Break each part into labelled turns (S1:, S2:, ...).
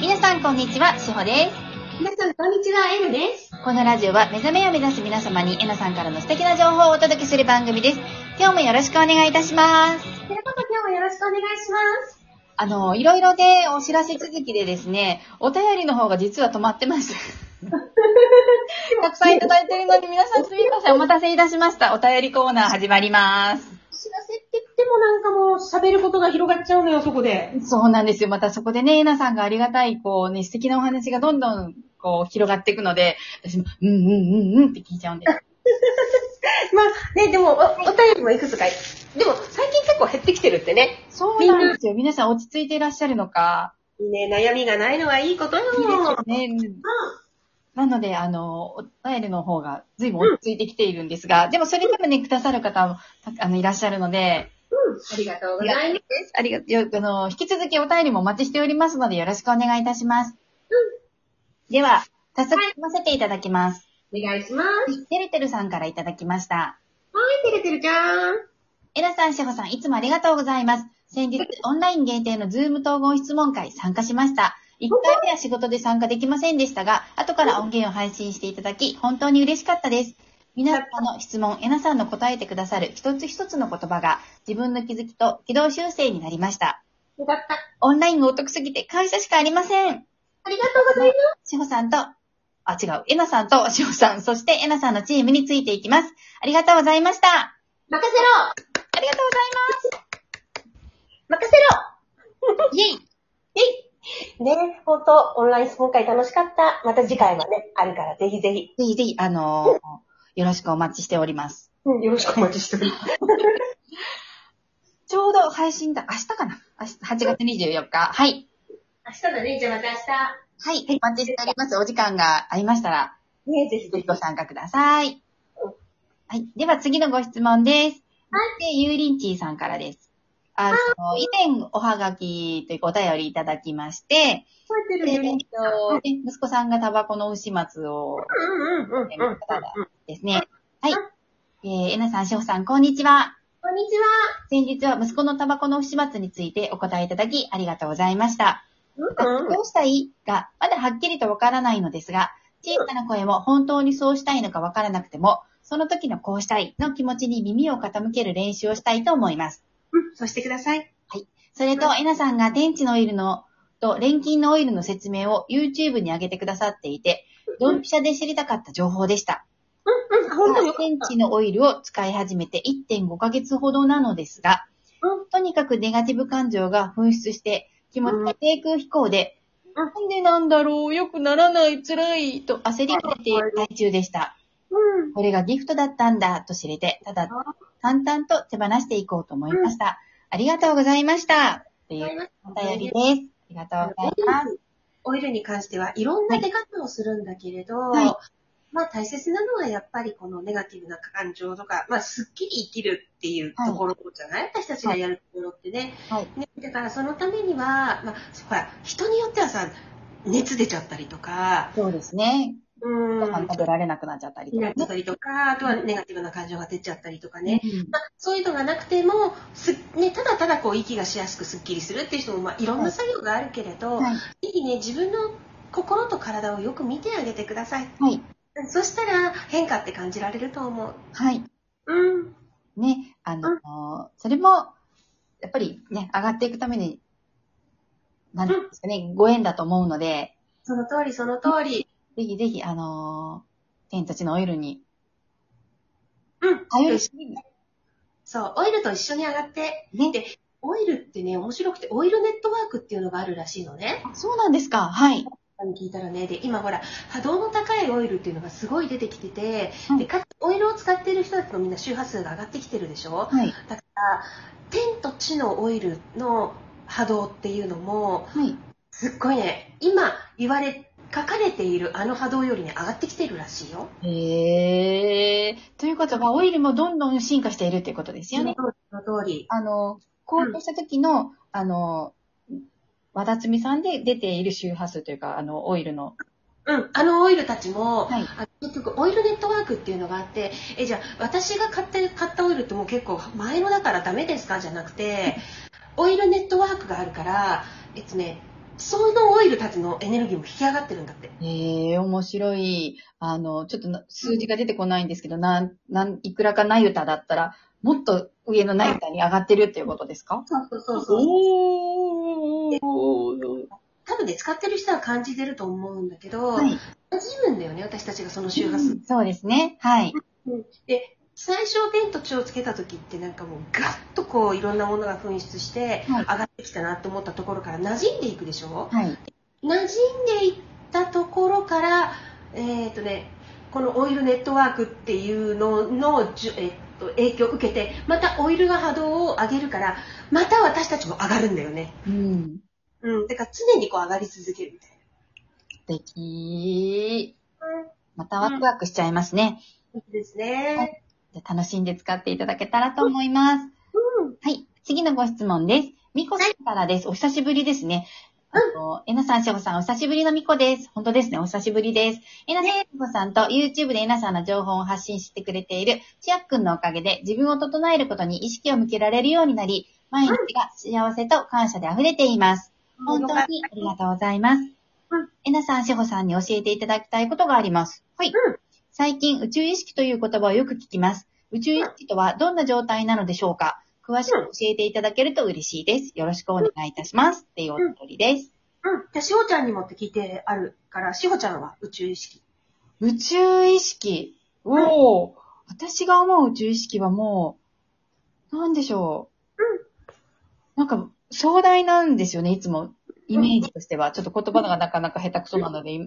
S1: 皆さんこんにちは、しほです。
S2: 皆さん、こんにちは、エルです。
S1: このラジオは目覚めを目指す皆様にえなさんからの素敵な情報をお届けする番組です。今日もよろしくお願いいたします。
S2: ということで、今日もよろしくお願いします。
S1: あの、いろいろでお知らせ続きでですね、お便りの方が実は止まってま した。たくさんいただいてるので皆さんすみません、お待たせいたしました。お便りコーナー始まります。
S2: お知らせって言ってもなんかもう喋ることが広がっちゃうのよ、そこで。
S1: そうなんですよ。またそこでね、えなさんがありがたい、こうね、素敵なお話がどんどん、こう、広がっていくので、私も、うんうんうんうんって聞いちゃうんです。
S2: まあ、ね、でも、おお便りもいくつか。でも、最近結構減ってきてるってね。
S1: そうなんですよ。皆さん落ち着いていらっしゃるのか。
S2: いいね、悩みがないのはいいことよ。
S1: いいですよね。うんなので、あの、お便りの方が随分落ち着いてきているんですが、でもそれでもね、くださる方も、たあの、いらっしゃるので、
S2: ありがとうございます。
S1: ありがよ、あの、引き続きお便りもお待ちしておりますので、よろしくお願いいたします。では、早速、読ませていただきます。
S2: お願いします。
S1: てるてるさんからいただきました。
S2: はい、てるてるちゃん。
S1: エラさん、シホさん、いつもありがとうございます。先日、オンライン限定のズーム統合質問会参加しました。1回目は仕事で参加できませんでしたが、後から音源を配信していただき、本当に嬉しかったです。皆様の質問、エナさんの答えてくださる一つ一つの言葉が、自分の気づきと軌道修正になりました。
S2: よかった。
S1: オンラインがお得すぎて感謝しかありません。
S2: ありがとうございます。
S1: シホさんと、あ、違う、エナさんとシホさん、そしてエナさんのチームについていきます。ありがとうございました。あ
S2: 任せろ
S1: りがとう
S2: 任せろ
S1: ございます。イェイ
S2: ね、ほんと、オンライン今回楽しかった。また次回もね、あるから、ぜひぜひ。
S1: ぜひぜひ、あのーよろしくお待ちしております。
S2: うん、よろしくお待ちしてます。
S1: ちょうど配信だ、明日かな明日 ?8 月24日。はい。
S2: 明日だね、じゃあまた
S1: はい。お待ちしております。お時間がありましたら、
S2: 明日。ね、ぜひぜ
S1: ぜ
S2: ひ
S1: ひ。ご参加ください。はい。では次のご質問です。はい。ゆうりんちーさんからです。あの、以前おはがきというかお便りいただきまして、
S2: 覚えて
S1: でえっとね息子さんがタバコの牛松を
S2: うんうんうんうん。
S1: 飲む方がですね。はい。えー、えなさん、しほさん、こんにちは。
S2: こんにちは。
S1: 先日は息子のタバコの不始末についてお答えいただき、ありがとうございました。
S2: うんうん
S1: どうしたいが、まだはっきりとわからないのですが、小さな声も本当にそうしたいのかわからなくても、その時のこうしたいの気持ちに耳を傾ける練習をしたいと思います。
S2: うん、そうしてください。
S1: それと、えなさんが天地のオイルの、と錬金のオイルの説明を YouTube に上げてくださっていて、ドンピシャで知りたかった情報でした。
S2: うん、本当よかっ
S1: センチのオイルを使い始めて1.5ヶ月ほどなのですが
S2: う、
S1: とにかくネガティブ感情が噴出して、気持ちが低空飛行で、
S2: うん
S1: なんでなんだろう、良くならない、辛い、と焦りが出ている最中でした。
S2: うん。
S1: これがギフトだったんだ、と知れて、ただ、淡々と手放していこうと思いました。ありがとうございました。というお便りです。ありがとうございます。
S2: オイルに関してはいろんな出方をするんだけれど、
S1: はい
S2: まあ大切なのはやっぱりこのネガティブな感情とか、まあすっきり生きるっていうところじゃない、私たちがやるところってね,、
S1: はい
S2: ね。だからそのためには、まあほら、人によってはさ、熱出ちゃったりとか、
S1: そうですね。
S2: う
S1: ご
S2: ん、
S1: 飯食べられなくなっちゃったりと
S2: に
S1: か
S2: なっ
S1: ね。
S2: てたりとか、あとはネガティブな感情が出ちゃったりとかね。
S1: うん
S2: まあ、そういうのがなくてもす、ね、ただただこう息がしやすくすっきりするっていう人も、まあ、いろんな作業があるけれど、
S1: はい。
S2: ぜひね自分の心と体をよく見てあげてください
S1: はい。
S2: そしたら変化って感じられると思う
S1: はい。
S2: うん
S1: ね、あの、
S2: う
S1: それも、やっぱりね、上がっていくために、なんていうんですかね、ご縁だと思うので、
S2: その通りその通り
S1: ぜひぜひ、あのー天たちのオイルに、
S2: うん
S1: 頼りすぎない。
S2: そうオイルと一緒に上がって
S1: ね。
S2: でオイルってね面白くてオイルネットワークっていうのがあるらしいのね
S1: あそうなんですか。はい。
S2: 聞いたらねで今ほら波動の高いオイルっていうのがすごい出てきてて、
S1: はい
S2: でかつオイルを使ってる人たちのみんな周波数が上がってきてるでしょ
S1: はい。
S2: だから天と地のオイルの波動っていうのも
S1: はい。
S2: すっごいね今言われ書かれているあの波動よりね上がってきてるらしいよ。
S1: へえー。ということは、オイルもどんどん進化しているっていうことですよね。
S2: その通り。
S1: あの、公表した時の、あの、和田摘さんで出ている周波数というか、あの、オイルの。
S2: うん、あのオイルたちも、
S1: はい
S2: あ結局オイルネットワークっていうのがあってえじゃあ私が買って買ったオイルってもう結構前のだからダメですかじゃなくてオイルネットワークがあるからえっとねそのオイルたちのエネルギーも引き上がってるんだって。
S1: ええ面白い。あの、ちょっとな数字が出てこないんですけど、なん、なん、いくらかナユタだったら、もっと上のナユタに上がってるっていうことですか
S2: そうそうそうそう。
S1: おー。
S2: 多分ね、使ってる人は感じてると思うんだけど、
S1: はい。
S2: 馴染むんだよね、私たちがその周波数。
S1: そうですね。はい。
S2: で、最初、天と地をつけた時ってなんかもうガッとこういろんなものが噴出して
S1: はい
S2: 上がってきたなと思ったところから馴染んでいくでしょ
S1: はい。
S2: 馴染んでいったところから、えっ、とね、このオイルネットワークっていうののじゅ、えっと影響を受けて、またオイルが波動を上げるから、また私たちも上がるんだよね。
S1: うん。
S2: うん。だから常にこう上がり続けるみたい
S1: 素敵。
S2: な。
S1: またワクワクしちゃいますね。
S2: いいですね。
S1: はいじゃあ楽しんで使っていただけたらと思います。
S2: うん。
S1: はい。次のご質問です。みこさんからです。お久しぶりですね。あの、えなさん、しほさん、お久しぶりのみこです。本当ですね。お久しぶりです。えなさん、しほさんと YouTube でえなさんの情報を発信してくれているちあっくんのおかげで自分を整えることに意識を向けられるようになり、毎日が幸せと感謝で溢れています。本当にありがとうございます
S2: うん。
S1: えなさん、しほさんに教えていただきたいことがあります。はい。
S2: うん
S1: 最近、宇宙意識という言葉をよく聞きます。宇宙意識とはどんな状態なのでしょうか詳しく教えていただけると嬉しいです。よろしくお願いいたします。っていうお便りです。
S2: うん。じゃあ、しほちゃんにもって聞いてあるから、しほちゃんは宇宙意識。
S1: 宇宙意識。おお、私が思う宇宙意識はもう、なんでしょう。なんか、壮大なんですよね、いつも。イメージとしては。ちょっと言葉がなかなか下手くそなので、
S2: う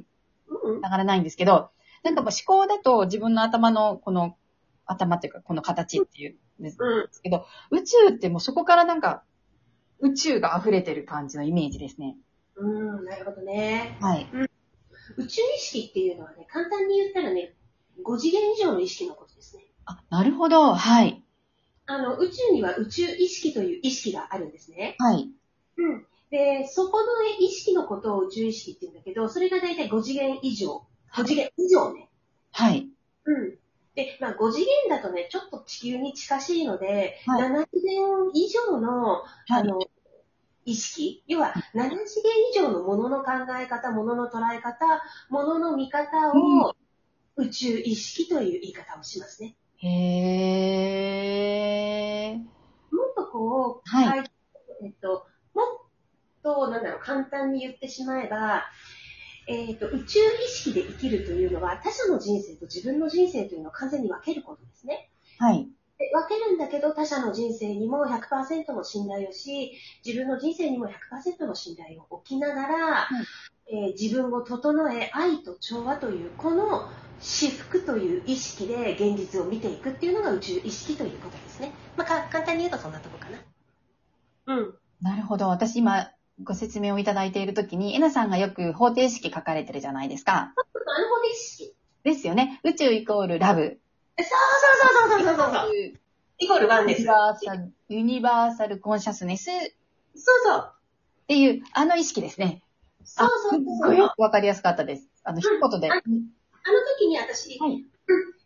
S2: ん。
S1: ながらないんですけど、なんかもう思考だと自分の頭の、この、頭というか、この形っていうんです
S2: うん。
S1: けど、宇宙ってもうそこからなんか、宇宙が溢れてる感じのイメージですね。
S2: うん。なるほどね。
S1: はい。
S2: 宇宙意識っていうのはね、簡単に言ったらね、5次元以上の意識のことですね。
S1: あ、なるほど。はい。
S2: あの、宇宙には宇宙意識という意識があるんですね。
S1: はい。
S2: うん。で、そこの意識のことを宇宙意識って言うんだけど、それが大体5次元以上。5次元以上ね。
S1: はい。
S2: うん。で、まあ5次元だとね、ちょっと地球に近しいので、
S1: はい
S2: 7次元以上の、
S1: は
S2: あ
S1: い。
S2: の、意識、要は7次元以上のものの考え方、ものの捉え方、ものの見方を、宇宙意識という言い方をしますね。
S1: へー。
S2: もっとこう、
S1: はい
S2: はいえっと、もっと、なんだろう、簡単に言ってしまえば、えっと、宇宙意識で生きるというのは、他者の人生と自分の人生というのを完全に分けることですね。
S1: はい。
S2: で分けるんだけど、他者の人生にも100%の信頼をし、自分の人生にも100%の信頼を置きながら、えー自分を整え、愛と調和という、この至福という意識で現実を見ていくっていうのが宇宙意識ということですね。まあ、か簡単に言うとそんなとこかな。うん。
S1: なるほど。私今、ご説明をいただいているときに、えなさんがよく方程式書かれてるじゃないですか。
S2: なるほど、意識。
S1: ですよね。宇宙イコールラブ。
S2: そうそうそうそうそうそう。
S1: ユ
S2: イコールワンです。
S1: ニ
S2: そう
S1: バーサル、ユニバーサルコンシャスネスっ
S2: そう。
S1: ていう、あの意識ですね。
S2: そうそ
S1: あ
S2: う
S1: す
S2: そ
S1: っ
S2: う
S1: ご
S2: そ。
S1: いうわかりやすかったです。あの、一言で。
S2: ああの時に私、
S1: はい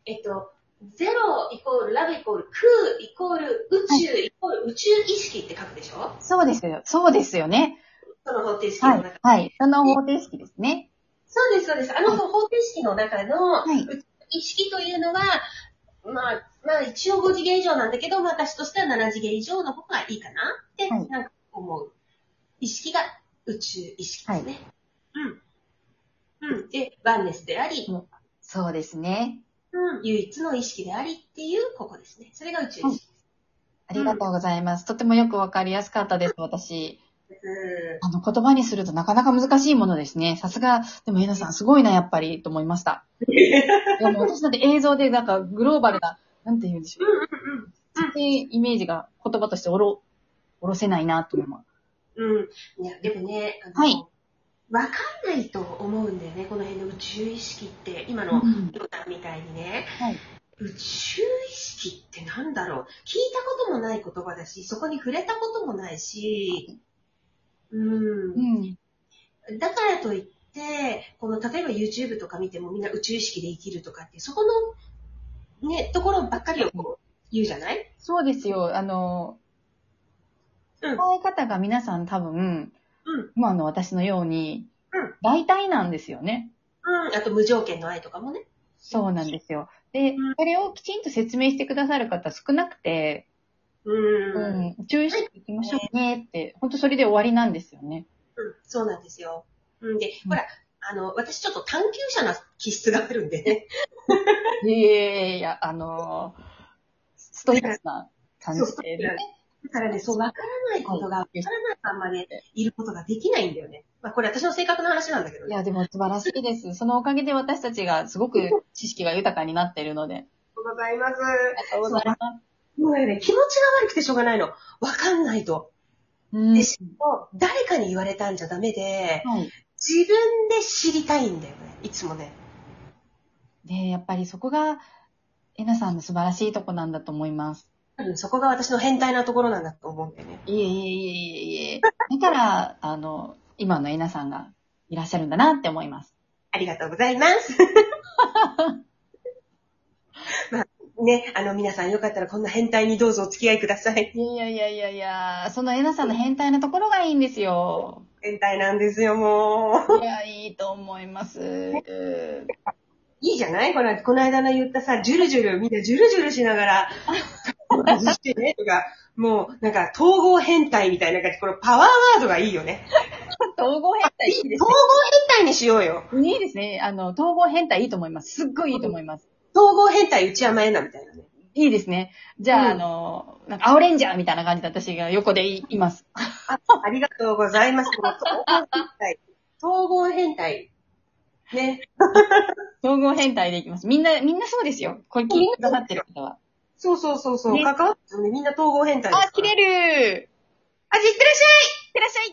S2: えっと、ゼロイコールラブイコール空イコール宇宙イコール宇宙意識って書くでしょ
S1: そうですよ。そうですよね。
S2: その方程式の
S1: は
S2: 中で
S1: い。はい。その方程式ですね。
S2: そうです、そうです。あの方程式の中の
S1: はい
S2: 宇宙意識というのは、まあ、まあ一応5次元以上なんだけど、私としては7次元以上の方がいいかなって、
S1: はい
S2: なんか思う。意識が宇宙意識ですね。うん。うん。で、ワンネスであり、
S1: そうですね。
S2: うん、唯一の意識でありっていう、ここですね。それが宇宙意識
S1: ありがとうございます。とてもよくわかりやすかったです、私。
S2: です。
S1: あの、言葉にするとなかなか難しいものですね。さすが、でも、えなさん、すごいな、やっぱり、と思いました。いや、もう私だって映像で、なんか、グローバルな、なんて言うんでしょ
S2: う
S1: う。
S2: んうん
S1: そういうイメージが、言葉としておろ、おろせないな、と思います。
S2: うん。うん。いや、でもね、あの、
S1: はい
S2: わかんないと思うんだよね、この辺の宇宙意識って。今の、
S1: うん
S2: ヨタみたいにね、
S1: はい
S2: 宇宙意識ってなんだろう聞いたこともない言葉だし、そこに触れたこともないし、
S1: う。
S2: うんん。だからといって、この、例えば YouTube とか見てもみんな宇宙意識で生きるとかって、そこの、ね、ところばっかりをこう言うじゃない
S1: そうですよ。あの、
S2: うん
S1: 使い方が皆さん多分、
S2: うん
S1: 今の私のように
S2: うん、
S1: 大体なんですよね。
S2: うん。あと、無条件の愛とかもね。
S1: そうなんですよ。で
S2: ん、
S1: これをきちんと説明してくださる方少なくて、
S2: うん。う。
S1: うんん、注意していきましょうねって、本当それで終わりなんですよね。
S2: そうなんですよ。うん。で、
S1: うん
S2: ほら、あの、私ちょっと探求者な気質があるんでね。
S1: いやいやいや、あのーストイックな感じで、ね。
S2: だからね、そう、わからないことが、わからないままね、いることができないんだよね。まあ、これ私の性格の話なんだけど
S1: い
S2: ね。
S1: や、でも素晴らしいです。そのおかげで私たちがすごく知識が豊かになっているので。
S2: ございます。
S1: ありがとうございます。
S2: もうね、気持ちが悪くてしょうがないの。わかんないと。
S1: うん
S2: でもう誰かに言われたんじゃダメで、
S1: はい。
S2: 自分で知りたいんだよね。いつもね。
S1: で、やっぱりそこが、えなさんの素晴らしいとこなんだと思います。
S2: 多分そこが私の変態なところなんだと思うんだよね。
S1: いえいえいえいえいえ。だから、あの、今のえなさんがいらっしゃるんだなって思います。
S2: ありがとうございます。 まあね、あの皆さんよかったらこんな変態にどうぞお付き合いください。
S1: いやいやいやいやいや、そのえなさんの変態なところがいいんですよ。
S2: 変態なんですよ、もう。
S1: いや、いいと思います。
S2: いいじゃないこのこの間の言ったさ、ジュルジュル、みんなジュルジュルしながら、外してね、とか、もうなんか統合変態みたいな感じ、このパワーワードがいいよね。
S1: 統合変態いいです
S2: 統合変態にしようよ。
S1: ね。いいですね。あの、統合変態いいと思います。すっごいいいと思います。
S2: 統合変態内山えなみたいなね。
S1: いいですね。じゃあ、
S2: うん
S1: あの、なんか、青レンジャーみたいな感じで私が横でいいます。
S2: ありがとうございます。この統合変態。統合変態。ね。
S1: 統合変態でいきます。みんな、みんなそうですよ。これ聞いてくださってる方は。
S2: そうそうそうそう。
S1: ね
S2: 関わってるねみんな統合変態ですから。
S1: あ、切れるいっ
S2: あ、じゃあいってらっしゃい
S1: てらっしゃい